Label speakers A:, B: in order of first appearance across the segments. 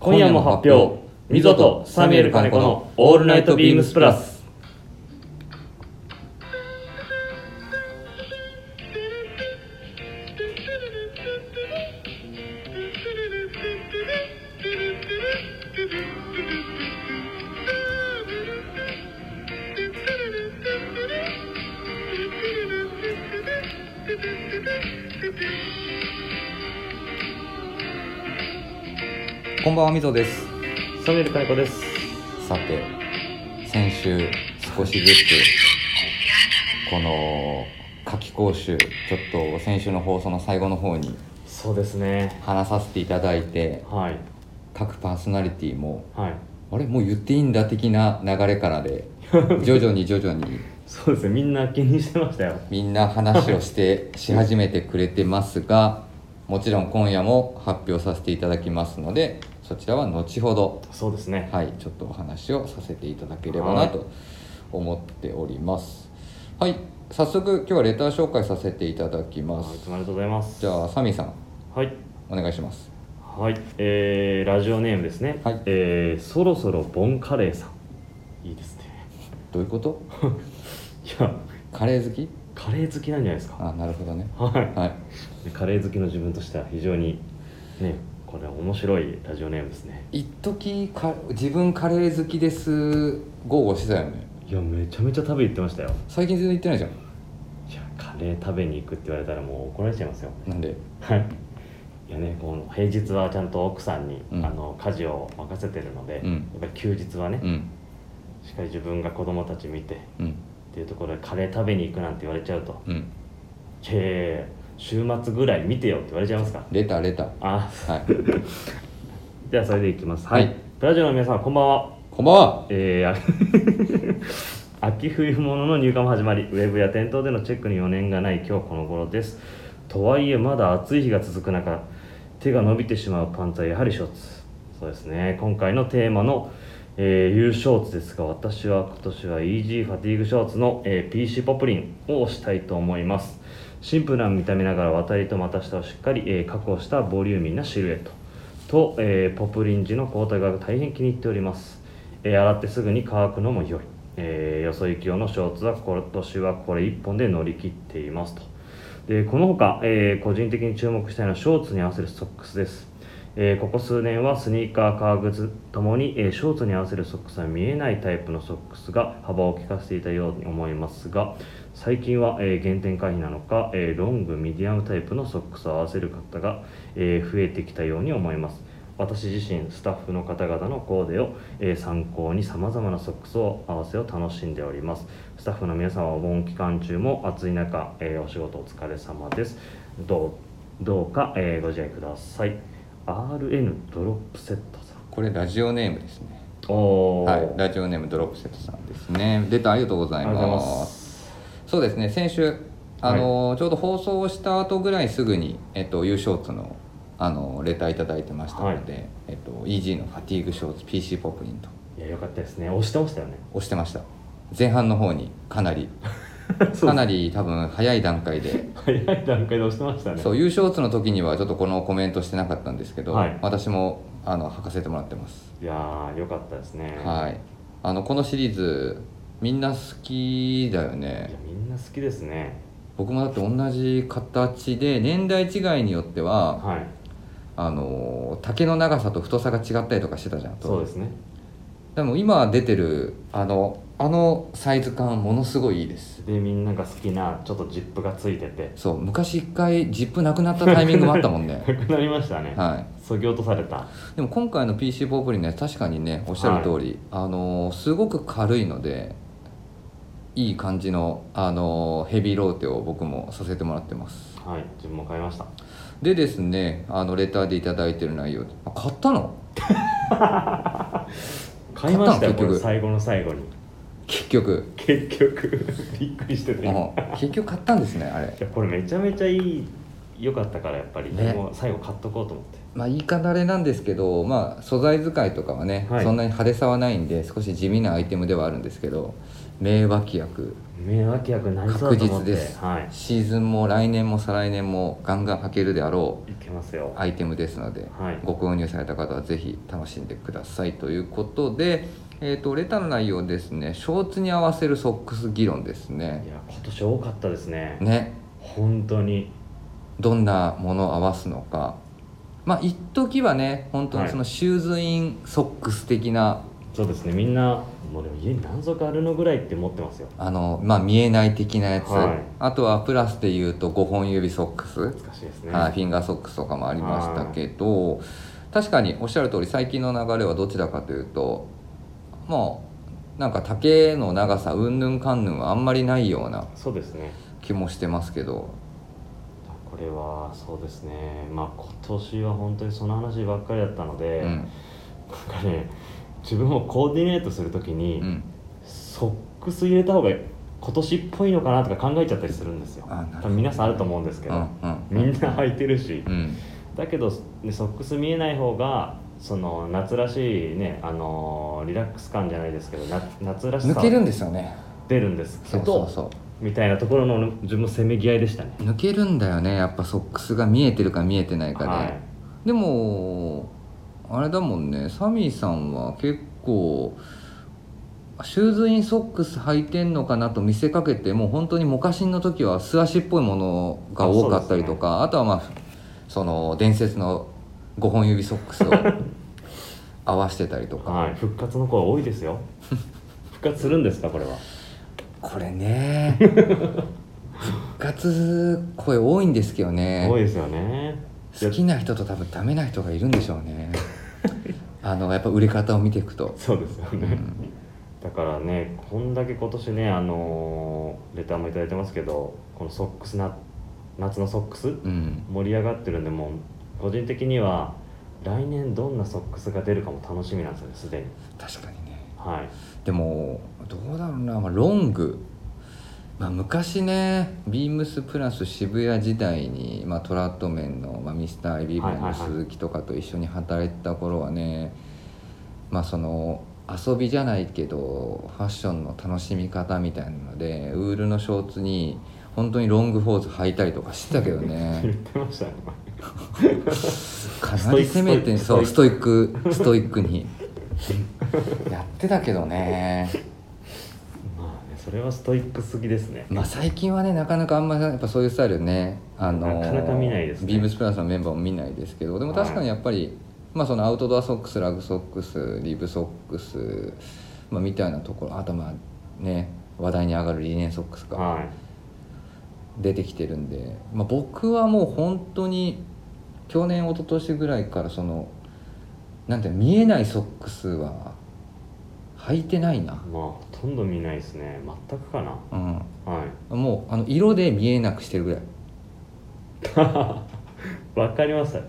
A: 今夜も発表ミゾとサミュエル金子のオールナイトビームスプラス
B: こんばんはみぞです
A: サミュエル金子です
B: さて先週少しずつこの夏季講習ちょっと先週の放送の最後の方に
A: そうですね
B: 話させていただいて
A: はい
B: 各パーソナリティも
A: はい
B: あれもう言っていいんだ的な流れからで徐々に徐々に
A: そうですねみんな気にしてましたよ
B: みんな話をしてし始めてくれてますがもちろん今夜も発表させていただきますのでそちらは後ほど
A: そうですね
B: はい、ちょっとお話をさせていただければなと思っております。はい、早速今日はレター紹介させていただきま
A: はいい
B: す。
A: つもありがとうございます
B: じゃあサミーさん
A: はい
B: お願いします。
A: はいえー、ラジオネームですね
B: はい
A: えー、そろそろボンカレーさんいいですね
B: どういうこと？
A: いや
B: カレー好き？
A: カレー好きなんじゃないですか
B: あ、なるほどね。
A: はい
B: はい、
A: ねカレー好きの自分としては非常にねこれは面白いラジオネームですね
B: 一時か自分カレー好きです豪語してたよね。
A: いやめちゃめちゃ食べ行ってましたよ
B: 最近全然行ってないじゃ
A: いやカレー食べに行くって言われたらもう怒られちゃいますよ
B: ん。なんで？
A: はいいやねこの平日はちゃんと奥さんに、
B: うん
A: あの家事を任せてるので、
B: うん
A: やっぱり休日はね、
B: うん
A: しっかり自分が子供たち見てっ
B: うん
A: ていうところでカレー食べに行くなんて言われちゃうと
B: うん。
A: 「いやいやいや週末ぐらい見てよ」って言われちゃいますから
B: レターレター。
A: あ
B: はい。
A: じゃあそれでいきます
B: はい
A: ブラジルの皆さんこんばんは
B: こんばんは。
A: えーあ 秋冬物の入荷も始まりウェブや店頭でのチェックに余念がない今日この頃ですとはいえまだ暑い日が続く中手が伸びてしまうパンツはやはりショーツそうですね今回のテーマの、えー、U ショーツですが私は今年は EG ファティーグショーツの、えー PC ポプリンを推したいと思いますシンプルな見た目ながら渡りと股下をしっかり、えー確保したボリューミーなシルエットと、えーポプリン時の交代が大変気に入っております、えー洗ってすぐに乾くのも良い、えーよそ行き用のショーツは今年はこれ1本で乗り切っていますとでこのほか、えー個人的に注目したいのはショーツに合わせるソックスです、えーここ数年はスニーカー革靴ともに、えーショーツに合わせるソックスは見えないタイプのソックスが幅を利かせていたように思いますが最近は、えー原点回避なのか、えーロングミディアムタイプのソックスを合わせる方が、えー増えてきたように思います私自身スタッフの方々のコーデを、えー参考にさまざまなソックスを合わせを楽しんでおりますスタッフの皆さんはお盆期間中も暑い中、えーお仕事お疲れ様ですどうどうか、えーご自愛ください RN ドロップセットさ
B: これラジオネームですね。
A: んおお、
B: はい、ラジオネームドロップセットさんですね。レターありがとうござ
A: あ
B: い
A: りがとうございま
B: ます
A: す
B: そうですね先週あの、ちょうど放送をした後ぐらいすぐに、えっと、U ショーツのあのレターいただいてましたので、えっと、EG のファティーグショーツ PC ポップインと
A: いやよかったですね押してましたよね
B: 押してました前半の方にかなり
A: そう
B: かなり多分早い段階 で
A: 早い段階で押してましたね
B: そう U ショーツの時にはちょっとこのコメントしてなかったんですけど、
A: はい
B: 私もあの履かせてもらってます、
A: いやーよかったですね
B: はいあのこのシリーズみんな好きだよね
A: いやみんな好きですね
B: 僕もだって同じ形で年代違いによっては
A: はい
B: あの竹の長さと太さが違ったりとかしてたじゃん
A: そうですね
B: でも今出てるあのあのサイズ感ものすごいいいです
A: でみんなが好きなちょっとジップがついてて
B: そう昔一回ジップなくなったタイミングもあったもん ね
A: なくなりましたね
B: は
A: そぎ落とされた
B: いでも今回の PC ポープリンね確かにねおっしゃる通り、あのすごく軽いのでいい感じのあのヘビーローテを僕もさせてもらってます
A: はい自分も買いました
B: でですねあのレターでいただいてる内容あ買ったの
A: 買いました
B: 買ったの結
A: よこ
B: 局
A: れ最後の最後に
B: 結局
A: 結局 びっくりしてていや
B: もう結局買ったんですねあれ
A: これめちゃめちゃいい良かったからやっぱり、
B: ね
A: もう最後買っとこうと思って
B: まあ言い方あれなんですけど、まあ、素材使いとかはね、
A: はい
B: そんなに派手さはないんで少し地味なアイテムではあるんですけど名脇役
A: 迷惑役になりそう
B: 確
A: だと思っ
B: 実
A: て
B: です、
A: はい
B: シーズンも来年も再来年もガンガン履けるであろう
A: いけますよ
B: アイテムですので、
A: はい
B: ご購入された方はぜひ楽しんでくださいということで、えー、とレターの内容ですねショーツに合わせるソックス議論ですね
A: いや今年多かったですね
B: ね
A: 本当に
B: どんなものを合わすのかまあ一時はね本当にそのシューズインソックス的な、
A: そうですねみんなもうでも家に何足あるのぐらいって持ってますよ
B: あのまあ見えない的なやつ、
A: はい
B: あとはプラスで言うと5本指ソックス、
A: 難しいですね
B: はい、フィンガーソックスとかもありましたけど確かにおっしゃる通り最近の流れはどちらかというともうなんか丈の長さうんぬんかんぬんはあんまりないような
A: そうですね
B: 気もしてますけど
A: これはそうですねまあ今年は本当にその話ばっかりだったので、
B: うん
A: なんかね自分もコーディネートするとき
B: う
A: に、
B: ん
A: ソックス入れた方が今年っぽいのかなとか考えちゃったりするんですよ
B: あなるほど
A: 多分皆さんあると思うんですけ
B: う
A: ど、
B: んう
A: みん
B: ん
A: な履いてるし、
B: うん
A: だけど、ね、ソックス見えない方がその夏らしいねあのーリラックス感じゃないですけどな夏らしさ
B: 抜けるんですよね
A: 出るんですけ
B: そ
A: ど
B: うそうそ
A: みたいなところの自分もせめぎ合いでしたね
B: う抜けるんだよねやっぱソックスが見えてるか見えてないかで、
A: はい
B: でもあれだもんねサミーさんは結構シューズインソックス履いてんのかなと見せかけてもう本当にモカシンの時は素足っぽいものが多かったりとかあ,、とはまあその伝説の5本指ソックスを 合わせてたりとか、
A: はい、復活の声多いですよ 復活するんですかこれは
B: これね 復活声多いんですけどね
A: 多いですよねい
B: 好
A: や
B: きな人と多分ダメな人がいるんでしょう ねあのやっぱ売れ方を見ていくと
A: そうですよね、
B: うん
A: だからねこんだけ今年ねあのーレターも頂いただいてますけどこのソックスな夏のソックス
B: うん
A: 盛り上がってるんでもう個人的には来年どんなソックスが出るかも楽しみなんですよねすでに
B: 確かにね
A: はい
B: でもどうだろうな、まあ、ロング、まあ、昔ねビームスプラス渋谷時代に、まあ、トラットメンの、まあ、ミスター・エビーマン
A: はい
B: の
A: はいはい
B: 鈴木とかと一緒に働いてた頃はねまあその遊びじゃないけどファッションの楽しみ方みたいなのでウールのショーツに本当にロングフォーツ履いたりとかしてたけど
A: 言っ
B: ね
A: てましたね
B: かなり攻めて
A: スト
B: そ
A: イッ
B: う
A: ク
B: ストイックストイックにやってたけどね
A: まあねそれはストイックすぎですね
B: まあ、最近はねなかなかあんまりやっぱそういうスタイルね、あのー
A: なかなか見ないですね
B: ビームスプラスのメンバーも見ないですけどでも確かにやっぱり、まあ、そのアウトドアソックスラグソックスリーブソックス、まあ、みたいなところあとまあね話題に上がるリネンソックスが
A: は、
B: 出てきてるんで、まあ、僕はもう本当に去年一昨年ぐらいからそのなんていうの見えないソックスは履いてないない
A: まあほとんど見ないですね全くかな
B: うん、
A: は
B: もうあの色で見えなくしてるぐらい。
A: い わかります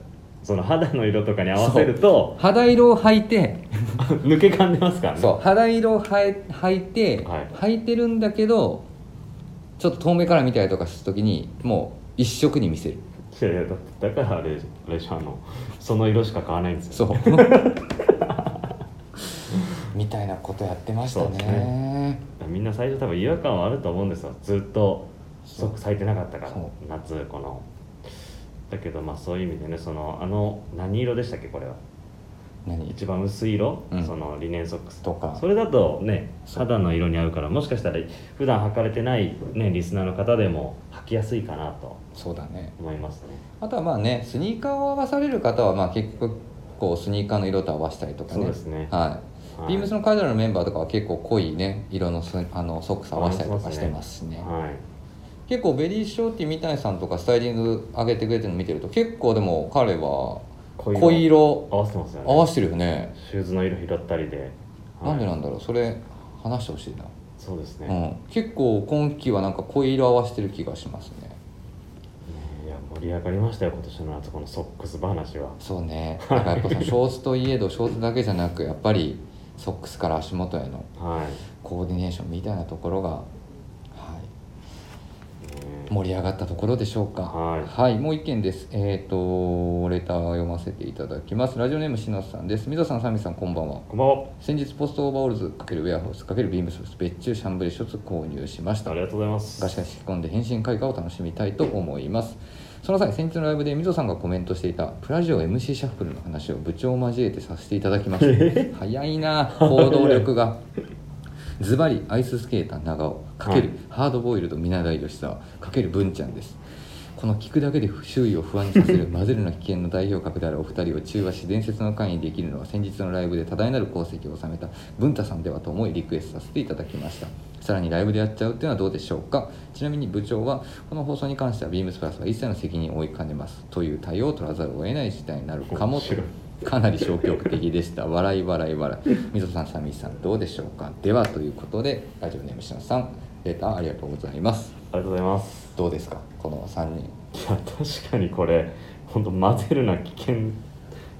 A: その肌の色とかに合わせると
B: 肌色を履いて
A: 抜け感出ますからね
B: そう肌色を履い履いて、
A: はい
B: 履いてるんだけどちょっと遠目から見たりとかするときにもう一色に見せる
A: いやいやだだからあれあれでしょあのその色しか買わないんですよ
B: そう みたいなことやってました
A: そうです
B: ね
A: みんな最初多分違和感はあると思うんですよずっとソックス履いてなかったから
B: そう
A: 夏このだけどまあそういう意味でねそのあの何色でしたっけこれは
B: 何
A: 一番薄い色、
B: うん
A: そのリネンソックス
B: とか
A: それだとね
B: そう
A: 肌の色に合うからもしかしたら普段履かれてない、ね、リスナーの方でも履きやすいかなと
B: そうだね
A: 思いますね
B: あとはまあねスニーカーを合わされる方はまあ結構こうスニーカーの色と合わせたりとかね
A: そうですね
B: はい、
A: はい
B: ビームスのカージナルのメンバーとかは結構濃いね色のスあのソックス合わせたりとかしてますしね
A: はい
B: 結構ベリーショーティー三谷さんとかスタイリング上げてくれてるの見てると結構でも彼は
A: 濃
B: 濃い色
A: 合わせてますよ
B: 合
A: ね
B: わせてるよね、
A: シューズの色拾ったりで、はい
B: なんでなんだろうそれ話してほしいな、
A: そうですね、
B: うん、結構今季はなんか濃い色合わせてる気がしますね
A: いや盛り上がりましたよ今年の夏このソックス話は
B: そうねなんかやっ ぱそのショーツといえどショーツだけじゃなくやっぱりソックスから足元への
A: はい
B: コーディネーションみたいなところがは
A: ね
B: 盛り上がったところでしょうか
A: はい
B: もう一件ですえっ、とレターを読ませていただきますラジオネームしのさんです水田さんサミさんこんばんは
A: こんばんは
B: 先日ポストオーバーオールズ×ウェアハウス×ビームス別注シャンブレショツ購入しました
A: ありがとうございます
B: ガシガシ引き込んで返信開花を楽しみたいと思いますその際先日のライブでみぞさんがコメントしていたプラジオ MC シャッフルの話を部長を交えてさせていただきました 早いな行動力がズバリアイススケーター長尾かける、
A: は
B: ハードボイルド皆大吉沢かける文ちゃんですこの聞くだけで周囲を不安にさせる混ぜるの危険の代表格であるお二人を中和し伝説の会にできるのは先日のライブで多大なる功績を収めた文太さんではと思いリクエストさせていただきましたさらにライブでやっちゃうっていうのはどうでしょうかちなみに部長はこの放送に関してはビームスプラスは一切の責任を負いかねますという対応を取らざるを得ない事態になるかも
A: 面
B: と
A: 白い
B: かなり消極的でした笑い笑い笑いみぞさんさみさんどうでしょうかではということでラジオネームしのさんレターありがとうございます
A: ありがとうございます
B: どうですかこの3人
A: いや確かにこれ本当混ぜるな危険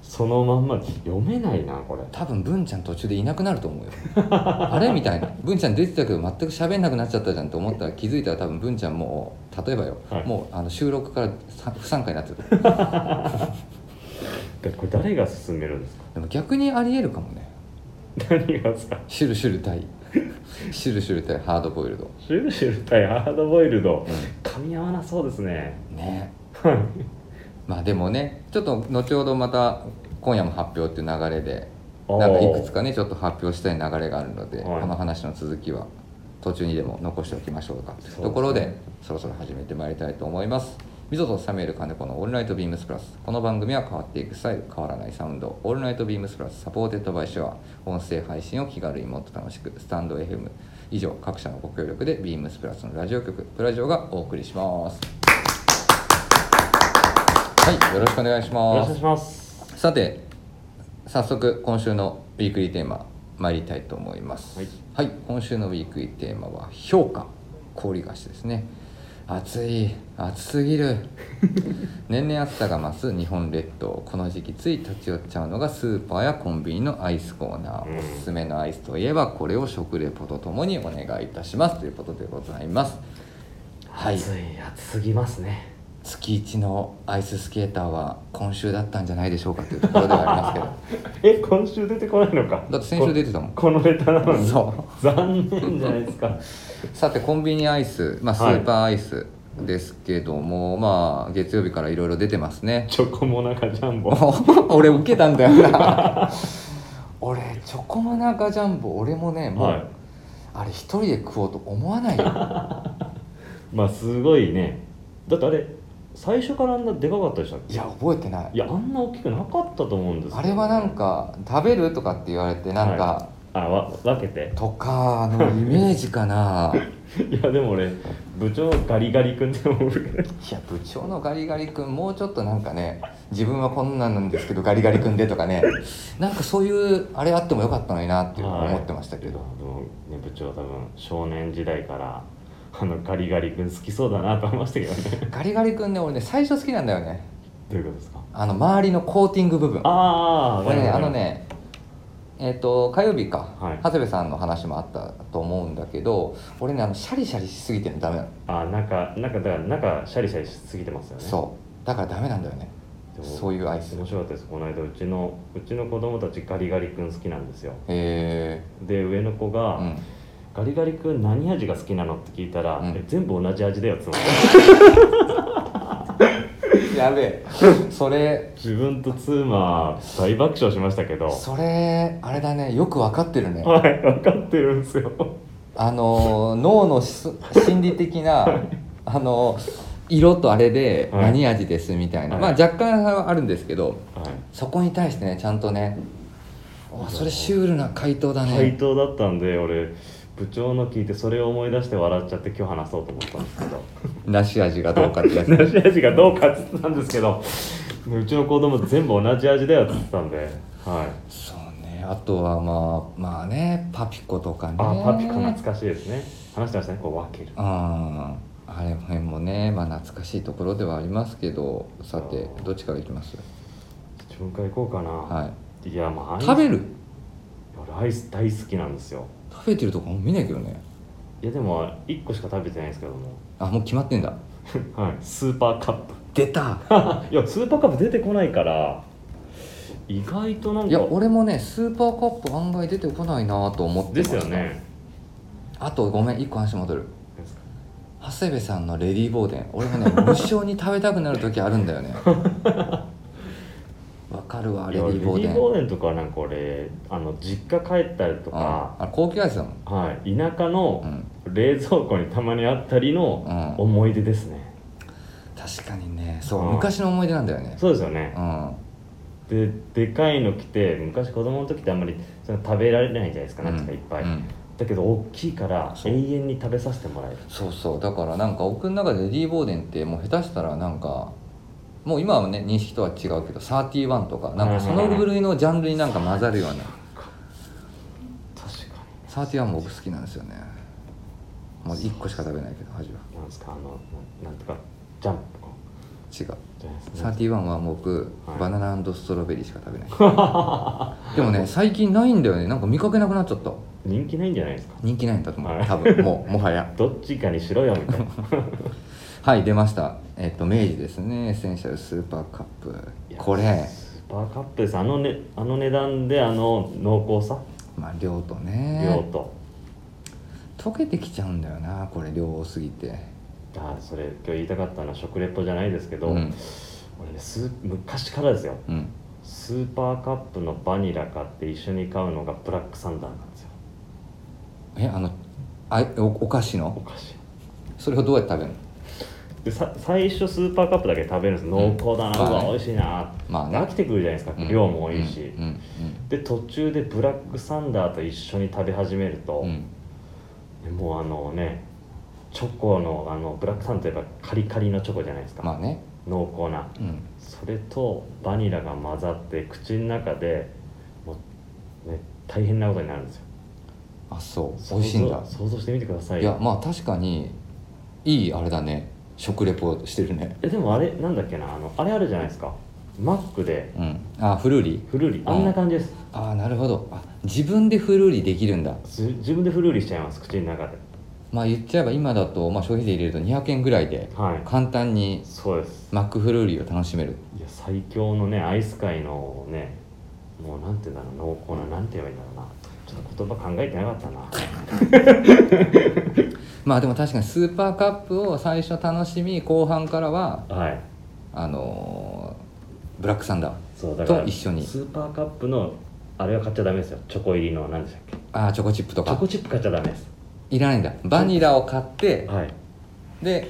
A: そのまんま読めないなこれ
B: 多分文ちゃん途中でいなくなると思う よあれみたいな文ちゃん出てたけど全く喋んなくなっちゃったじゃんと思ったら気づいたら多分文ちゃんもう例えばよ、
A: はい
B: もうあの収録からさ不参加になってる
A: でこれ誰が進めるんですか
B: でも逆にありえるかもね
A: 何がさ
B: シュルシュル対シュルシュル対ハードボイルド
A: シュルシュル対ハードボイルド
B: う
A: 噛み合わなそうですね
B: ね
A: はい
B: まあでもねちょっと後ほどまた今夜も発表っていう流れで
A: あー
B: なんかいくつかねちょっと発表したい流れがあるので、
A: はい
B: この話の続きは途中にでも残しておきましょうかと
A: そ
B: い
A: うで
B: う
A: すね
B: ところでそろそろ始めてまいりたいと思いますみぞとサミュエル金子の「オールナイトビームスプラス」この番組は変わっていくスタイル変わらないサウンド「オールナイトビームスプラス」サポーテッドバイショア音声配信を気軽にもっと楽しくスタンド FM 以上各社のご協力でビームスプラスのラジオ局プラジオがお送りしますはいよろしくお願いし
A: よろ
B: ま
A: しくお願
B: す
A: いします
B: さて早速今週のウィークリーテーマ参りたいと思います
A: はい、
B: 今週のウィークリーテーマは「評価氷菓子」ですね暑い暑すぎ る年々暑さが増す日本列島この時期つい立ち寄っちゃうのがスーパーやコンビニのアイスコーナー、
A: うん
B: おすすめのアイスといえばこれを食レポとともにお願いいたしますということでございますはい
A: 暑い暑すぎますね
B: 月一のアイススケーターは今週だったんじゃないでしょうかというところではありますけど
A: え今週出てこないのか
B: だって先週出てたもん
A: ここのネタなのに
B: そ
A: 残念じゃないで すか
B: さてコンビニアイス、まあ、ス
A: はい
B: ーパーアイスですけども、まあ月曜日からいろいろ出てますね
A: チョコモナカジャンボ
B: もう俺受けたんだよ な俺チョコモナカジャンボ俺もねもう、
A: はい
B: あれ一人で食おうと思わない よ
A: まあすごいねだってあれ最初からあんなでかかったでしたっけ
B: いや覚えてない
A: いやあんな大きくなかったと思うんです
B: あ
A: けど
B: れはなんか食べるとかって言われてなんか、
A: はあわ分けて
B: とかのイメージか な
A: いやでも俺部長ガリガリ君って思うけど
B: いや部長のガリガリ君もうちょっとなんかね自分はこんなんなんですけどガリガリ君でとかねなんかそういうあれあってもよかったのになっていうのは思ってましたけど、
A: はいでもね部長は多分少年時代からあのガリガリ君好きそうだなと思いましたけどね
B: ガリガリ君ね俺ね最初好きなんだよね
A: どういうことですか
B: あの周りのコーティング部分
A: ああ
B: 俺ねあのねえっ、と火曜日か、
A: はい
B: 長谷部さんの話もあったと思うんだけど俺ねあのシャリシャリしすぎてるのダメなの、
A: あなんかなんかだからなんかシャリシャリしすぎてますよね
B: そうだからダメなんだよね
A: でも
B: そういうアイスへ
A: 面白かったですこの間うちのうちの子供たちガリガリ君好きなんですよ
B: え
A: で上の子が、
B: うん
A: ガリガリ君何味が好きなのって聞いたら、
B: うん
A: え全部同じ味だよつまり
B: やべえそれ
A: 自分と妻大爆笑しましたけど
B: それあれだねよく分かってるね
A: はい分かってるんですよ
B: あのー脳のし心理的な、あのー色とあれで
A: はい
B: 何味ですみたいな、
A: はい
B: まあ若干はあるんですけど
A: はい
B: そこに対してねちゃんとねあそれシュールな回答だね
A: 回答だったんで俺部長の聞いてそれを思い出して笑っちゃって今日話そうと思ったんですけど
B: 梨味がどうかってやつ
A: 梨味がどうかっつってたんですけどうちの子供全部同じ味だよっつってたんではい
B: そうねあとはまあまあねパピコとかね
A: あパピコ懐かしいですね話してましたねこう分ける
B: うんあれ辺もねまあ懐かしいところではありますけどさてどっちからいきます
A: 自分から行こうかな、、
B: はい
A: やまあアイス
B: 食べる
A: 俺アイス大好きなんですよ
B: 食べてるとこも見ないけどね
A: いやでも1個しか食べてないんですけども
B: あもう決まってんだ
A: はい、スーパーカップ
B: 出た
A: いやスーパーカップ出てこないから意外となん
B: いや
A: か
B: 俺もねスーパーカップ案外出てこないなと思って
A: で
B: まし
A: す
B: た
A: よね
B: あとごめん1個話戻る長谷部さんのレディーボーデン俺もね 無性に食べたくなる時あるんだよ ねわかるわ
A: い
B: レ
A: や
B: デ
A: レ
B: ィ
A: デ
B: ー
A: ィ
B: ボーデ
A: ー
B: ン
A: ボーデンとかはなんか俺あの実家帰ったりと
B: あ
A: か、
B: あれ高級アイスだもん
A: はい、田舎
B: う
A: の
B: ん、
A: 冷蔵庫にたまにあったり
B: う
A: の
B: ん、
A: 思い出ですね、
B: 確かにねそう、
A: うん
B: 昔の思い出なんだよね
A: そうですよね
B: う、ん
A: ででかいの着て昔子供の時ってあんまりその食べられないじゃないですか、なんかいっぱい、
B: うん
A: だけど大きいから
B: そ
A: 永
B: う
A: 遠に食べさせてもらえる
B: そうそうだからなんか僕の中でレディー・ボーデンってもう下手したらなんかもう今はね認識とは違うけど31とかなんかその部類のジャンルになんか混ざるような
A: 確か
B: 31僕好きなんですよねもう1個しか食べないけど味は
A: になんですかあのななんとかジャンプ
B: 違う
A: じゃないですか、ね、
B: 31はもう僕、
A: はい
B: バナナストロベリーしか食べないでもね最近ないんだよねなんか見かけなくなっちゃった
A: 人気ないんじゃないですか
B: 人気ないんだと思
A: は
B: う
A: い
B: 多分もうもはや
A: どっちかにしろよみたいな
B: はい出ましたえっと明治ですねエッセンシャルスーパーカップ
A: いや
B: これ
A: スーパーカップですあの,、ね、あの値段であの濃厚さ
B: まあ量と
A: 量
B: ね
A: と、
B: 溶けてきちゃうんだよなこれ量多すぎて
A: あーそれ今日言いたかったのは食レポじゃないですけど、
B: うん
A: 俺ねスー昔からですよ
B: うん
A: スーパーカップのバニラ買って一緒に買うのがブラックサンダーなんですよ
B: えあのあおお菓子
A: お
B: の
A: 菓子
B: それをどうやって食べるの
A: でさ最初スーパーカップだけ食べるんです濃厚だな、
B: うん
A: う
B: まあ
A: わ
B: ね
A: 美味しいな、
B: まあね
A: 飽きてくるじゃないですか、
B: うん
A: 量も多いし、
B: うんうん
A: で途中でブラックサンダーと一緒に食べ始めると
B: う、ん
A: もうあのねチョコのあのブラックサンダーといえばカリカリのチョコじゃないです
B: う
A: か、
B: んまあね
A: 濃厚な
B: うん
A: それとバニラが混ざって口の中でもう、ね、大変なことになるんですよ
B: あそう美味しいんだ
A: 想像想像してみてください
B: い
A: よ
B: やまあ確かにいいあれだね食レポしてるね
A: えでもあれなんだっけなあのあれあるじゃないですかマックで
B: うんあフルーリ
A: フルーリ
B: ん
A: あんな感じです、
B: ああなるほどあ自分でフルーリできるんだ
A: す自分でフルーリしちゃいます口の中で
B: まあ言っちゃえば今だと、まあ、消費税入れると200円ぐらいで
A: はい
B: 簡単に
A: そうです
B: マックフルーリーを楽しめる
A: いや最強のねアイス界のねもうなんて言うんだろう濃厚ななんて言えばいいんだろうなちょっと言葉考えてなかったな
B: まあでも確かにスーパーカップを最初楽しみ後半からは
A: はい
B: あのーブラックサンダー
A: そうだから
B: と一緒に
A: スーパーカップのあれは買っちゃダメですよチョコ入りの何でしたっけチ
B: あーチョコチップと
A: ョ
B: か
A: コチップ買っちゃダメです
B: いらないんだバニラを買って
A: はい
B: で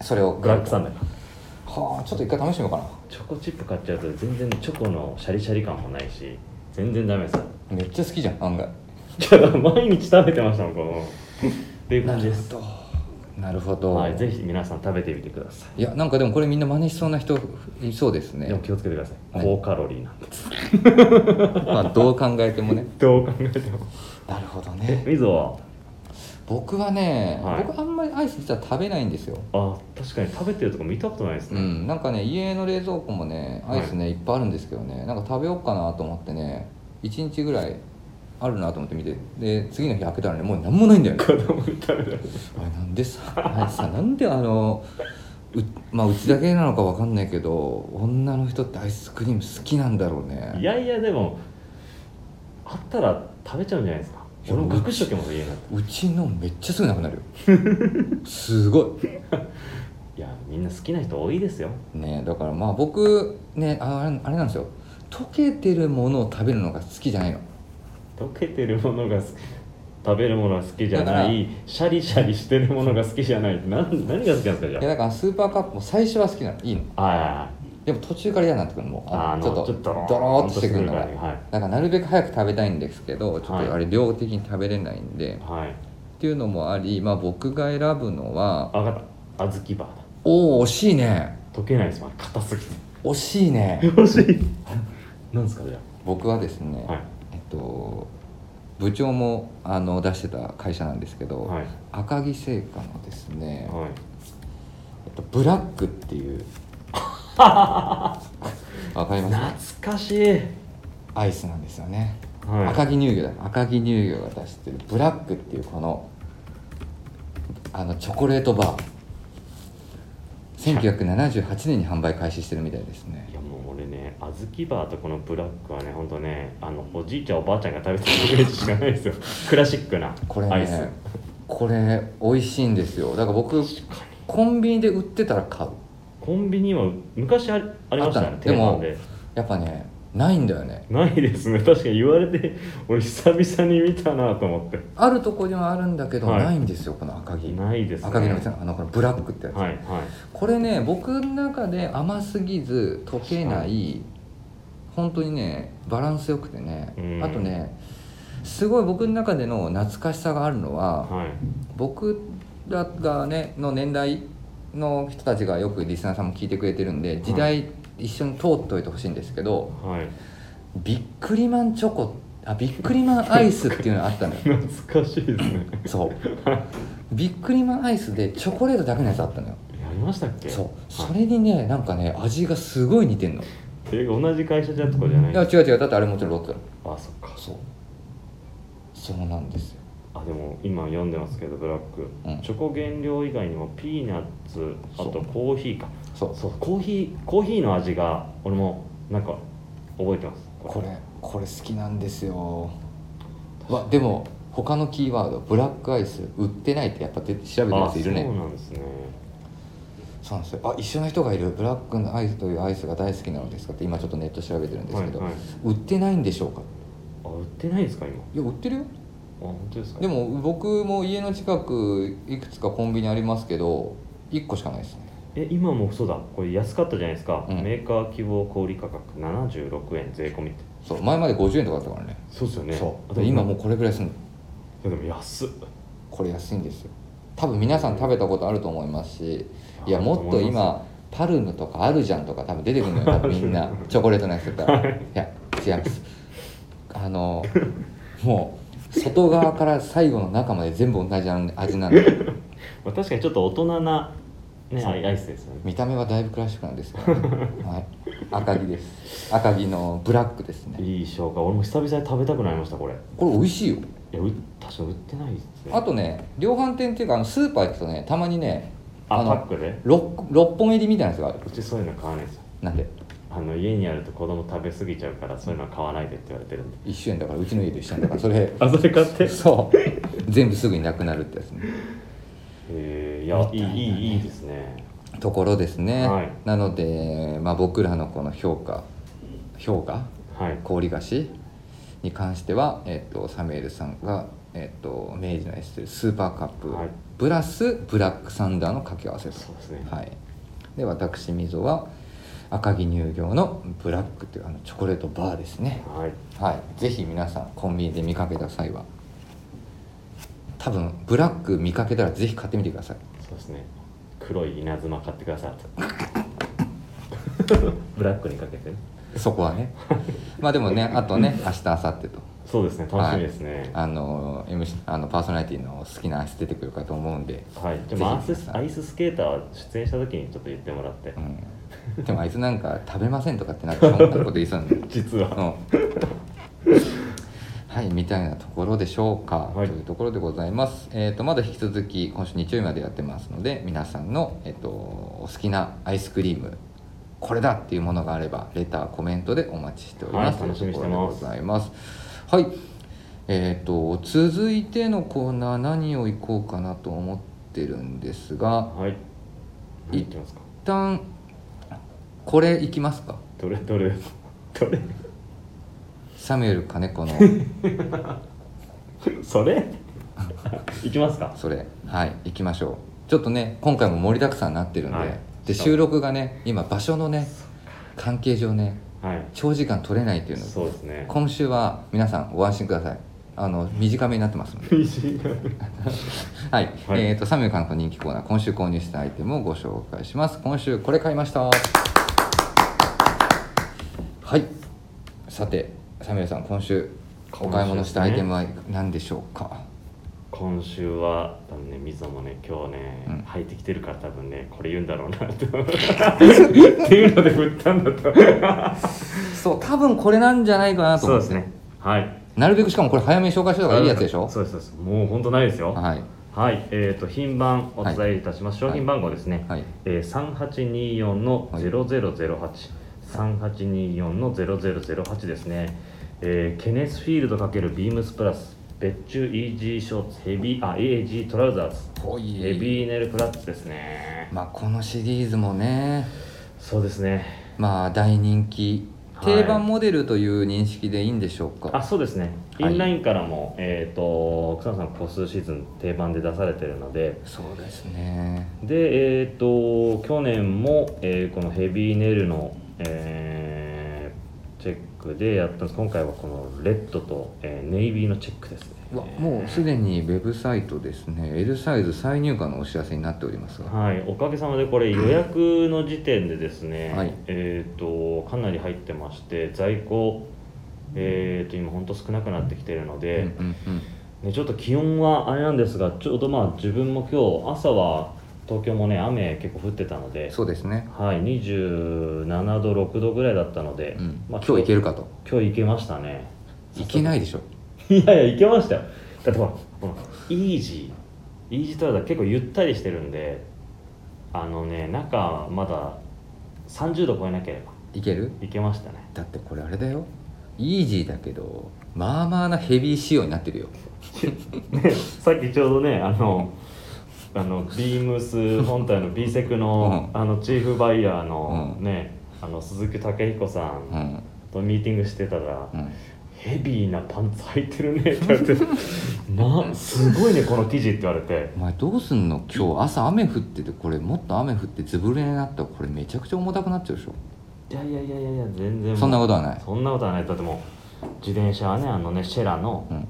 B: それを
A: ブラックサンダーか
B: はあちょっと一回試してみようか
A: チョコチップ買っちゃうと全然チョコのシャリシャリ感もないし全然ダメですよ
B: なめっちゃ好きじゃん案外
A: じゃあ毎日食べてましたもんこ のっていう感じです
B: なるほど、
A: はい、ぜひ皆さん食べてみてください
B: いやなんかでもこれみんな真似しそうな人いそうですね
A: でも気をつけてください
B: はい
A: 高カロリーなんで
B: まあどう考えても ね
A: どう考えても
B: なるほど
A: え
B: ね
A: みぞは
B: 僕はね、
A: はい
B: 僕あんまりアイス実は食べないんですよ
A: あ確かに食べてるとこ見たことないです
B: う
A: ね、
B: んなんかね家の冷蔵庫もねアイスね、い、っぱいあるんですけどねなんか食べようかなと思ってね1日ぐらいあるなと思って見てで次の日開けたらねもう何もないんだよ ね
A: 子供に食べたら
B: あれなんでさあれさなんであのうまあうちだけなのかわかんないけど女の人ってアイスクリーム好きなんだろうね
A: いやいやでもあったら食べちゃうんじゃないですか
B: いや
A: 俺も隠しとけます家に
B: うちのめっちゃすぐなくなるよすご
A: いやみんな好きな人多いですよ
B: いねだからまあ僕ねああれあれなんですよ溶けてるものを食べるのが好きじゃないの
A: 溶けてるものが好き食べるものが好きじゃないシャリシャリしてるものが好きじゃないなん何が好きなんですかじ
B: いや
A: ゃ
B: だからスーパーカップも最初は好きなのいいの
A: ああ
B: でも途中から嫌になってくるのもう
A: あの
B: ちょっとドローっとしてくるのが
A: ドローンとしてくるからね
B: だからなるべく早く食べたいんですけどちょっとあれ量的に食べれないんで、っ
A: はいはい
B: ていうのもありまあ僕が選ぶのは
A: あ分かった小豆バーだ
B: おお惜しいね
A: 溶けないですもん硬すぎて
B: 惜しいね
A: 欲 しいなんですかじゃ
B: 僕はですね、
A: はい
B: えっと部長もあの出してた会社なんですけ
A: あ
B: ど、
A: はい
B: 赤木製菓のですね、
A: はい
B: えっと、ブラックっていう わかります
A: 懐かしい
B: アイスなんですよね、
A: はい
B: 赤城乳業だ赤城乳業が出してるブラックっていうこのあのチョコレートバー1978年に販売開始してるみたいですね
A: いやもう俺ね小豆バーとこのブラックはねほんとねあのおじいちゃんおばあちゃんが食べてるイメージしかな いですよクラシックな
B: これ
A: アイス
B: ねこれ美味しいんですよだから僕コンビニで売ってたら買う
A: コンビニは昔ありありました
B: あ
A: ね
B: った
A: 定
B: でも
A: 番で
B: やっぱねないんだよね
A: ないですね確かに言われて俺久々に見たなと思って
B: あるとこにはあるんだけど、
A: はい
B: ないんですよこの赤木
A: ないですね
B: 赤木の店のあのこのブラックってやつ、
A: はいは
B: これね僕の中で甘すぎず溶けない、
A: は
B: 本当にねバランスよくてね、
A: うん
B: あとねすごい僕の中での懐かしさがあるのは、
A: いはい
B: 僕らがねの年代の人たちがよくリスナーさんも聞いてくれてるんで時代一緒に通っておいてほしいんですけど、
A: はい
B: ビックリマンチョコあビックリマンアイスっていうのがあったの よ
A: 懐かしいですね
B: そうビックリマンアイスでチョコレートだけのやつあったのよ
A: やりましたっけ
B: そう
A: はい
B: それにねなんかね味がすごい似てんのい
A: ていうか同じ会社じゃとかじゃない
B: や違う違うだってあれもちろんロットだ
A: あそっか
B: そうそうなんですよ
A: あでも今読んでますけどブラック、
B: うん
A: チョコ原料以外にもピーナッツあ
B: そ
A: と
B: う
A: コーヒーか
B: そう
A: そうコーヒーコーヒーの味が俺もなんか覚えてます
B: これこれ好きなんですよわでも他のキーワードブラックアイス売ってないってやっぱで調べてるや
A: あ
B: ついるね
A: そうなんですね
B: そうなんですよあ一緒の人がいるブラックのアイスというアイスが大好きなのですかって今ちょっとネット調べてるんですけど、
A: はいはい
B: 売ってないんでしょうか
A: あ売ってないですか今あ
B: いや売ってるよ
A: 本当ですか
B: でも僕も家の近くいくつかコンビニありますけど1個しかないですね
A: え今もそうだこれ安かったじゃないですか、
B: うん
A: メーカー希望小売価格76円税込みって
B: そう前まで50円とかだったからね
A: そうですよね
B: そう
A: あ
B: で
A: で
B: 今もうこれぐらいするの
A: いやでも安っ
B: これ安いんですよ多分皆さん食べたことあると思いますしいやもっと今パルムとかアルジャンとか多分出てくるのよ 多分みんなチョコレートのやつだったらいや違いますあのもう外側から最後の中まで全部同じ味なんで
A: まあ、確かにちょっと大人な、ね、アイアイスですよね
B: 見た目はだいぶクラシックなんですけど、ねはい、赤木です赤木のブラックですね
A: いい紹介俺も久々に食べたくなりましたこれい
B: これ美味しいよ
A: やう確か売ってないですね
B: あとね量販店っていうかあのスーパー行くとねたまにね
A: あ
B: あ
A: パッ
B: の
A: クで
B: 6, 六本入りみたいなやつがある
A: うちそういうの買わないですよ
B: なんで
A: あの家にあると子供食べ過ぎちゃうからそういうのは買わないでって言われてるんで
B: 一緒やんだからうちの家と一緒やんだからそれ
A: あそれ買ってへ
B: そう全部すぐになくなるってやつね
A: えいやいいいいいいですね
B: ところですね、
A: はい
B: なので、まあ、僕らのこの評価評価
A: はい
B: 氷菓子に関しては、えっとサミュエルさんが、えっと明治のエステルスーパーカップ、
A: はい
B: プラスブラックサンダーの掛け合わせと
A: そうですね
B: はい、で私溝は赤城乳業のブラックというあのチョコレートバーですね
A: はい
B: はい、ぜひ皆さんコンビニで見かけた際は多分ブラック見かけたらぜひ買ってみてください
A: そうですね黒い稲妻買ってください ブラックにかけてね
B: そこはねまあでもねあとね明日明後日と
A: そうですね楽しみですね
B: あの MC あのパーソナリティの好きなアイス出てくるかと思うんで、
A: はいじゃあまあア
B: ぜ
A: イ
B: ひ
A: スアイススケーターは出演した時にちょっと言ってもらって
B: うん、でもあいつなんか食べませんとかってなんかそんなこと言いそうなんで
A: 実は
B: うんはいみたいなところでしょうか、
A: はい
B: というところでございます、えー、とまだ引き続き今週日曜日までやってますので皆さんの、えー、とお好きなアイスクリームこれだっていうものがあればレターコメントでお待ちしております、
A: はい楽しみにして
B: というとこ
A: ま
B: ろ
A: す
B: でございますはいえー、と続いてのコーナー何をいこうかなと思ってるんですが
A: はい何いきますか
B: 一旦これいきますか
A: どれどれどれ
B: サミュエル金子の
A: そ れいきますか
B: それはい行きましょうちょっとね今回も盛りだくさんになってるんで,、
A: はい
B: で収録がね今場所のね関係上ね
A: はい
B: 長時間取れないっていうの
A: そうですね
B: 今週は皆さんご安心くださいあの短めになってますのではい、
A: はい
B: えー、とサミュエル金子の人気コーナー今週購入したアイテムをご紹介します今週これ買いましたはいさてサミュエルさん今週お買い物したアイテムは何でしょうか
A: 今週は多分ねみぞもね今日ね、
B: うん
A: 入ってきてるから多分ねこれ言うんだ ろうなってっていうので振ったんだと
B: そう多分これなんじゃないかなと思って
A: はい
B: なるべくしかもこれ早めに紹介した方がいいやつでしょ
A: そうですそうですもう本当ないですよ
B: はい
A: はい、えー、と品番お伝えいたします、
B: はい
A: 商品番号ですね、
B: はい
A: えー、3824の0008、3824の0008ですね、えーケネスフィールド×ビームスプラス別注イージーショーツヘビーあ AG トラウザーズ
B: おい
A: ヘビーネルプラッツですね
B: まあこのシリーズもね
A: そうですね
B: まあ大人気
A: はい
B: 定番モデルという認識でいいんでしょうか、
A: あそうですねイ
B: はい
A: ンラインからも、えっ、と草野さんここ数シーズン定番で出されてるので
B: そうですね
A: でえっ、と去年も、えーこのヘビーネルの、えーチェックでやったんです今回はこのレッドと、えーネイビーのチェックですね
B: うわもうすでにウェブサイトですね L サイズ再入荷のお知らせになっておりますが
A: はい、おかげさまでこれ予約の時点でですね、
B: はい
A: えっ、とかなり入ってまして在庫えっ、と今ほんと少なくなってきてる
B: う
A: の
B: んう
A: で、
B: ん
A: ね、ちょっと気温はあれなんですがちょうどまあ自分も今日朝は東京もね雨結構降ってたの
B: う
A: で
B: ん、そうですね、
A: はい、27度6度ぐらいだったので、
B: うん
A: まあ、
B: 今日いけ
A: る
B: るかと
A: 今日いけましたね
B: いけないでしょ
A: いやいやいけましたよだってほらこのイージーイージートラウザー結構ゆったりしてるんであのね中まだ30度超えなければ
B: いける
A: いけましたね
B: だってこれあれだよイージーだけどまあまあなヘビー仕様になってるよ
A: ねさっきちょうどねあのあのビームス本体の B セクの,、あのチーフバイヤーの、
B: うん
A: ねあの鈴木武彦さ
B: うんん
A: とミーティングしてたら「
B: うん
A: ヘビーなパンツ履いてるね」って言われて「 なすごいねこの生地」って言われて
B: お前どうすんの今日朝雨降っててこれもっと雨降ってずぶれになったらこれめちゃくちゃ重たくなっちゃうでしょ
A: 「いやいやいやいやいや全然もう
B: そんなことはない、
A: そんなことはないだってもう自転車はねあのねシェラの、
B: うん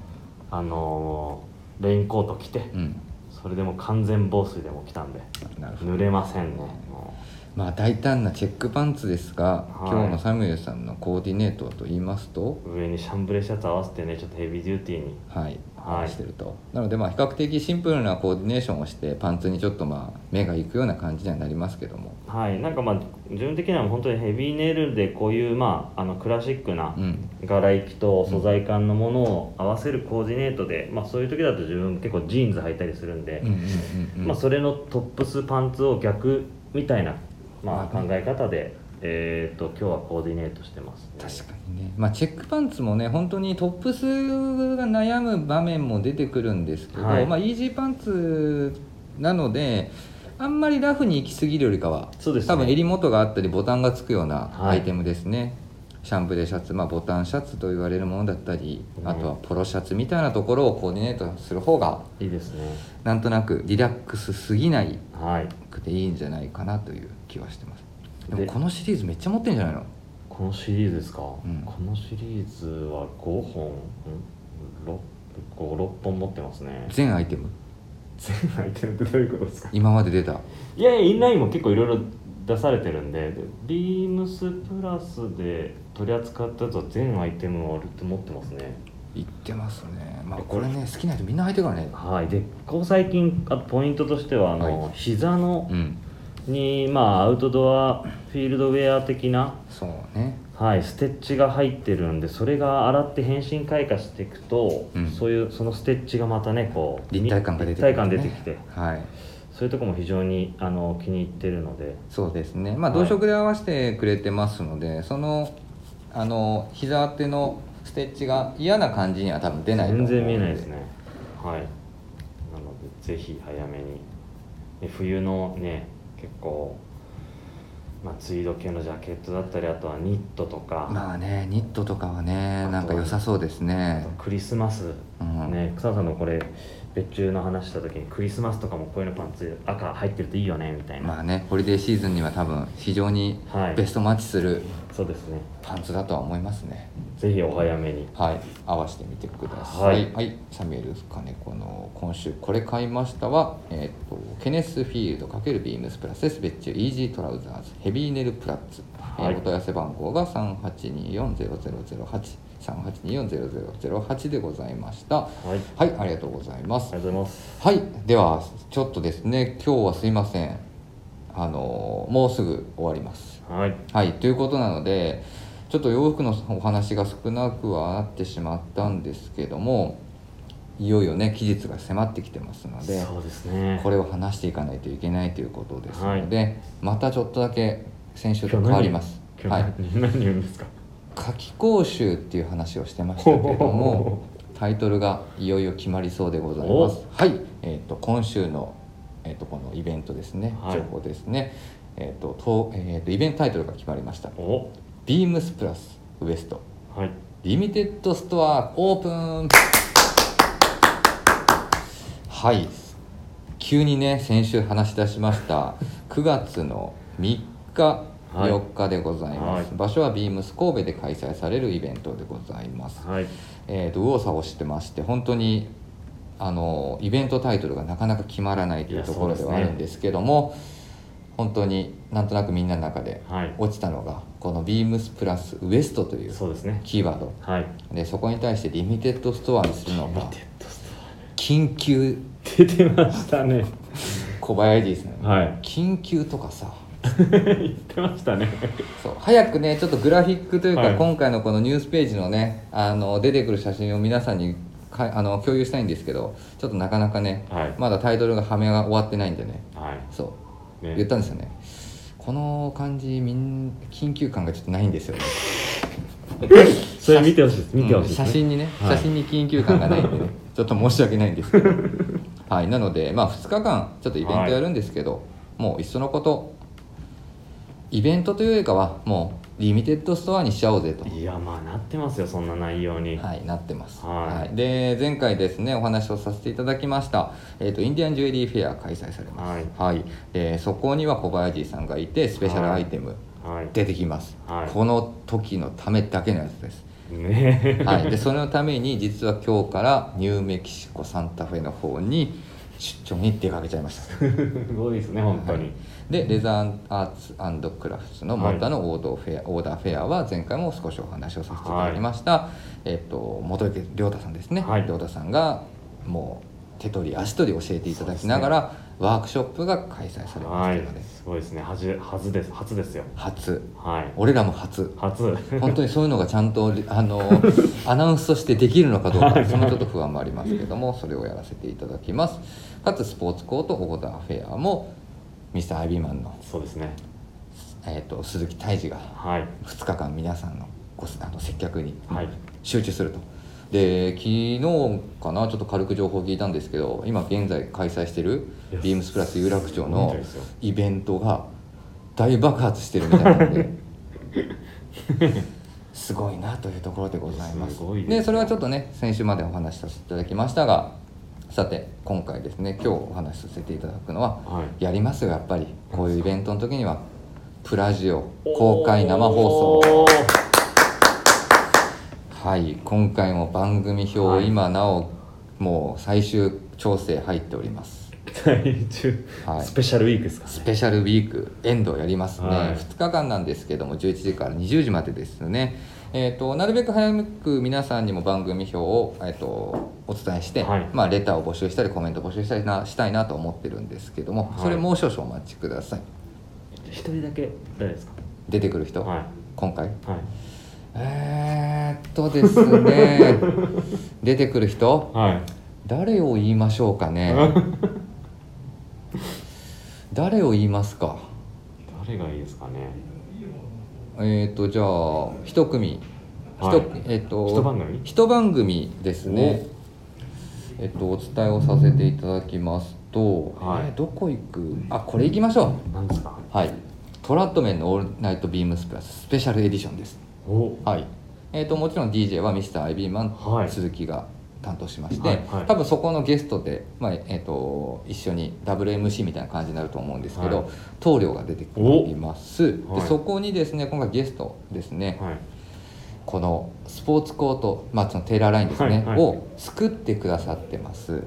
A: あのーレインコート着て、
B: うん、
A: それでもう完全防水でも着たんで
B: なるほど
A: 濡れませんねも
B: まあ大胆なチェックパンツですが、
A: はい
B: 今日のサミュエルさんのコーディネートはと言いますと
A: う上にシャンブレーシャツ合わせてねちょっとヘビーデューティーに
B: はい、
A: はい
B: してるとなのでまあ比較的シンプルなコーディネーションをしてパンツにちょっとまあ目がいくような感じにはなりますけども
A: はいなんかまあ自分的には本当にヘビーネイルでこういうまああのクラシックな
B: うん
A: 柄行きと素材感のものを合わせるコーディネートで、まあそういう時だと自分結構ジーンズ履いたりするんで、
B: うんうんうんうん
A: まあ、それのトップスパンツを逆みたいな、まあ、
B: まあ
A: 考え方で、えー、と今日はコーディネートしてます、
B: 確かにね、まあ、チェックパンツもね本当にトップスが悩む場面も出てくるんですけど、
A: はい
B: まあ、イージーパンツなのであんまりラフに行き過ぎるよりかは
A: そうですね
B: 多分襟元があったりボタンがつくような
A: は
B: ア
A: い
B: イテムですね、シャンプレーシャツ、まあ、ボタンシャツと言われるものだったり、
A: うん
B: あとはポロシャツみたいなところをコーディネートする方が
A: いいですね
B: なんとなくリラックスすぎない
A: はい
B: くていいんじゃないかなという気はしてますでも
A: で
B: このシリーズめっちゃ持ってんじゃないの
A: このシリーズですか、
B: ん
A: このシリーズは5本56本持ってますね
B: 全アイテム
A: 全アイテムってどういうことですか
B: 今まで出た
A: いやいやインラインも結構いろいろ出されてるんででビームスプラスで取り扱ったやつは全アイテムを持ってますね
B: 言ってますねまあこれね好きな人みんな履いてるからね
A: はいでこう最近あとポイントとしてはあの、
B: はい
A: 膝の
B: うん
A: にまあアウトドアフィールドウェア的な、
B: そうね
A: はい、ステッチが入ってるんでそれが洗って変身開花していくと、
B: うん
A: そういうそのステッチがまたねこう
B: 立体感が出て
A: 立
B: くる
A: 体
B: ね、
A: 感出てきて
B: はい
A: そういうとこも非常にあの気に入ってるので
B: そうですねまあ
A: はい
B: 同色で合わせてくれてますので、そのあの膝当てのステッチが嫌な感じには多分出ないと思
A: 全
B: う
A: 然見えないですねはいなのでぜひ早めにで冬のね結構、まあ、ツイード系のジャケットだったりあとはニットとか、
B: まあねニットとかは
A: あ
B: ね
A: と
B: なんか良さそうです
A: あ
B: ね
A: とクリスマス
B: うん
A: ね、草野さんのこれ別注の話した時にクリスマスとかもこういうのパンツ赤入ってるといいよねみたいな、
B: まあねホリデーシーズンには多分非常に
A: はい
B: ベストマッチする
A: そうですね
B: パンツだとは思いますね、
A: ぜひお早めに
B: はい、合わせてみてください。
A: は
B: はい、サミュエルカネコの今週これ買いましたは、えっ、とケネスフィールド×ビームスプラスです。別注イージートラウザーズヘビーネルプラッツ。
A: はい
B: えーお問い合わせ番号が三八二四ゼロゼロゼロ八三八二四ゼロゼロゼロ八でございました。
A: はいあり
B: はい、ありがとうございます
A: がと。うございます
B: はい、ではちょっとですね、今日はすいません。あのーもうすぐ終わります。
A: はい
B: はい、ということなのでちょっと洋服のお話が少なくはなってしまったんですけどもいよいよね期日が迫ってきてますので
A: そうですね
B: これを話していかないといけないということですので、またちょっとだけ先週と
A: 今日
B: 変
A: 何
B: わります
A: 今
B: は
A: 日
B: い
A: 何,、何言うんですか
B: 夏季講習っていう話をしてましたけれど もタイトルがいよいよ決まりそうでございますはい、えー、と今週の、えー、とこのイベントですね、
A: はい
B: 情報ですねえっ、とと、えーとイベントタイトルが決まりました
A: お
B: 「ビームスプラスウエスト
A: はい
B: リミテッドストアオープンはい急にね先週話し出しました9月の3日
A: はい
B: 4日でございます、
A: はい
B: 場所はビームス神戸で開催されるイベントでございます、
A: はい
B: えー、と右往左往してまして本当にあのイベントタイトルがなかなか決まらないというところではいあ
A: や
B: る
A: そうですね
B: んですけども、本当になんとなくみんなの中で
A: はい
B: 落ちたのがこのビームスプラスウエストという
A: そうですね
B: キーワード
A: はい
B: でそこに対してリミテッドストアにするの
A: リ
B: が
A: ミテッドス
B: 緊急
A: トア出てましたね
B: 小林ですね、
A: はい
B: 緊急とかさ
A: 言ってましたね
B: そう早くねちょっとグラフィックというか、
A: はい
B: 今回のこのニュースページのねあの出てくる写真を皆さんにかあの共有したいんですけどちょっとなかなかね
A: はい
B: まだタイトルがはめが終わってないんでね
A: はい
B: そう、
A: ね
B: 言ったんですよねこの感じみん緊急感がちょっとないんですよ ね
A: それ見てほしいです見てほしいです、
B: うん写
A: ね
B: 真にね、
A: はい
B: 写真に緊急感がないんで ねちょっと申し訳ないんですけどはいなのでまあ2日間ちょっとイベントやるんですけど、もういっそのことイベントというよりかはもうリミテッドストアにしちゃおうぜと
A: いやまあなってますよそんな内容に
B: はい、なってます、
A: はい
B: で前回ですねお話をさせていただきました、えー、とインディアンジュエリーフェア開催されます、はいでそこには小林さんがいてスペシャルアイテム
A: はい、
B: 出てきます、
A: はい
B: この時のためだけのやつです、
A: ね
B: はい、でそれのために実は今日からニューメキシコサンタフェの方に出張に出かけちゃいました
A: えすごいですね本当に、
B: でレザーアーツクラフトのモンタのオードフェア、オーダーフェアは前回も少しお話をさせていただきました、えっ、と元池亮太さんですね、
A: はい
B: 亮太さんがもう手取り足取り教えていただきながら、ワークショップが開催されま
A: は
B: したので、
A: いすごいですねはじ初です初ですよ
B: 初
A: はい
B: 俺らも初
A: 初
B: 本当にそういうのがちゃんとあのアナウンスとしてできるのかどうかそのちょっと不安もありますけどもそれをやらせていただきますかつスポーツコートオーダーフェアもミスターアイビーマンの、
A: そうですね
B: えー、と鈴木泰治が
A: はい
B: 2日間皆さんのごあの接客に
A: はい
B: 集中すると、で昨日かなちょっと軽く情報を聞いたんですけど今現在開催してる
A: いや
B: ビームスプラス有楽町
A: すごいみた
B: の
A: いですよ
B: イベントが大爆発してるみたいなの ですごいなというところでございます
A: すごいですね
B: でそれはちょっとね先週までお話しさせていただきましたがさて今回ですね今日お話しさせていただくのは
A: はい
B: やりますよやっぱりこういうイベントの時にはプラジオ公開生放送
A: おー
B: はい今回も番組表、
A: はい
B: 今なおもう最終調整入っております
A: 大中、
B: はい
A: スペシャルウィークですか
B: ス
A: らね
B: ペシャルウィークエンドをやりますね、
A: はい
B: 2日間なんですけども11時から20時までですねえー、となるべく早く皆さんにも番組表を、えー、とお伝えして、
A: はい
B: まあ、レターを募集したりコメントを募集したりなしたいなと思ってるんですけども、
A: はい
B: それもう少々お待ちください
A: 一人だけ誰ですか
B: 出てくる人、
A: はい
B: 今回
A: はい
B: えー、っとです ね出てくる人
A: はい
B: 誰を言いましょうかね誰を言いますか
A: 誰がいいですかね
B: えー、っとじゃあ一組一、
A: はい
B: えーっと
A: 一番組
B: 一番組ですねえっとお伝えをさせていただきますと、
A: はい
B: えーどこ行くあこれ行きましょ
A: 何ですか
B: うはいトラットメンのオールナイトビームスプラススペシャルエディションです
A: お
B: はいえー、ともちろん DJ は Mr.IB マン、
A: はい
B: 鈴木が担当しまして、
A: はいはい
B: 多分そこのゲストで、まあえー、と一緒に WMC みたいな感じになると思うんですけど、
A: はい
B: 棟梁が出ておりますで、
A: おはい
B: そこにですね今回ゲストですね、
A: はい
B: このスポーツコート、まあ、そのテーラーラインですね、
A: はいはい
B: を作ってくださってます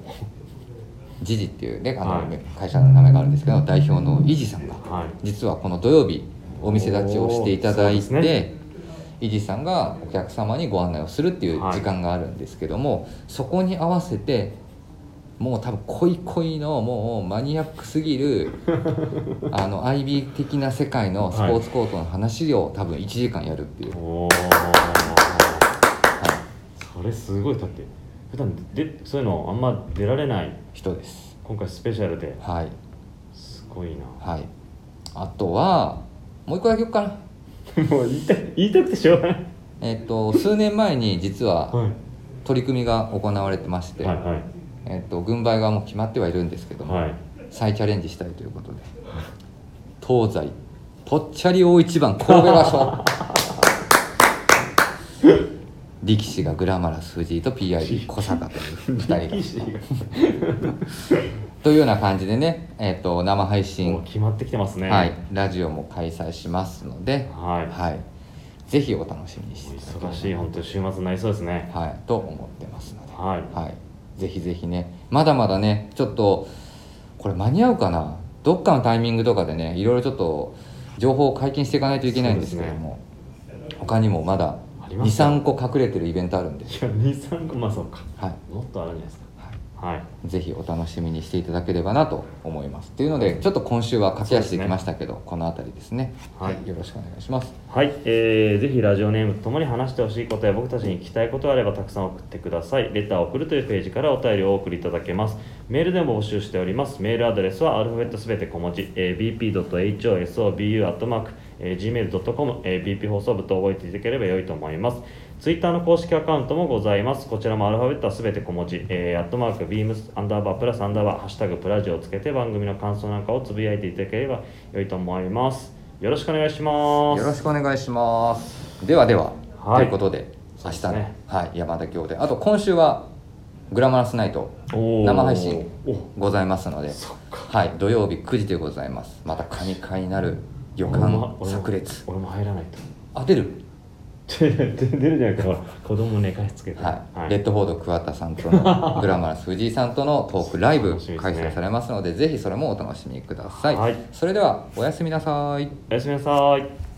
B: ジジっていうねあの、
A: はい
B: 会社の名前があるんですけど代表のイジさんが
A: はい
B: 実はこの土曜日お店立ちをしていただい
A: おーそうで
B: て、イジさんがお客様にご案内をするっていう時間があるんですけども、そこに合わせてもう多分恋恋のもうマニアックすぎる あの IB 的な世界のスポーツコートの話を多分1時間やるっていう、
A: お
B: は
A: お
B: い
A: それすごいだって普段でそういうのあんま出られない
B: 人です
A: 今回スペシャルで
B: はい
A: すごいな
B: はいあとはもう一個だけ言おうかな
A: もう言いた言いたくてしょうがない、
B: えっ、と数年前に実は
A: は
B: 取り組みが行われてまし
A: い、
B: て、
A: はいはい
B: えっと軍配がもう決まってはいるんですけども、
A: はい
B: 再チャレンジしたいということで東西ぽっちゃり大一番神戸場 所力士がグラマラス藤井と PID 小坂という2人がというような感じでね、えっと生配
A: もう
B: 信、
A: 決まってきてますね
B: はい、ラジオも開催しますので、
A: はい
B: はい、ぜひお楽しみにしていただければ
A: 忙しい本当に週末になりそうですね
B: はい、と思ってますので、
A: はい
B: はい、ぜひぜひねまだまだねちょっとこれ間に合うかなどっかのタイミングとかでねいろいろちょっと情報を解禁していかないといけないんですけども、他にもまだ
A: ありますか
B: 23個隠れてるイベントあるんで、
A: いや23個まあそうか
B: はい
A: もっとあるんじゃないですかはい
B: ぜひお楽しみにしていただければなと思いますというのでちょっと今週は駆け足できましたけど、この辺りですね、
A: はい
B: よろしくお願いします
A: はい、えー、ぜひラジオネームとともに話してほしいことや僕たちに聞きたいことがあればたくさん送ってくださいレターを送るというページからお便りをお送りいただけますメールでも募集しておりますメールアドレスはアルファベットすべて小文字、えー、bp.hosobu.gmail.com、えー、bp 放送部と覚えていただければ良いと思いますツイッターの公式アカウントもございます。こちらもアルファベットはすべて小文字、えー、アットマーク、ビームス、アンダーバー、プラス、アンダーバー、ハッシュタグ、プラジオをつけて番組の感想なんかをつぶやいていただければ良いと思います。よろしくお願いします。
B: よろしくお願いします。ではでは、
A: はい
B: ということで、明日
A: そう
B: の、
A: ですね
B: はい、山田兄弟、あと今週はグラマラスナイト
A: おー
B: 生配信
A: お
B: ございますので、
A: そっか
B: はい、土曜日9時でございます。また神回になる予
A: 俺
B: 感
A: も俺
B: 炸
A: も
B: 裂。
A: 俺も入らない
B: あ、出る、
A: と 出るじゃないかほら子供寝かしつけて
B: はい
A: はい
B: レッドフォード桑田さんと のグラマラス藤井さんとのトークライブ
A: 楽しみです
B: 開
A: ね
B: 催されますのでぜひそれもお楽しみください、
A: はい
B: それではおやすみなさい
A: おやすみなさい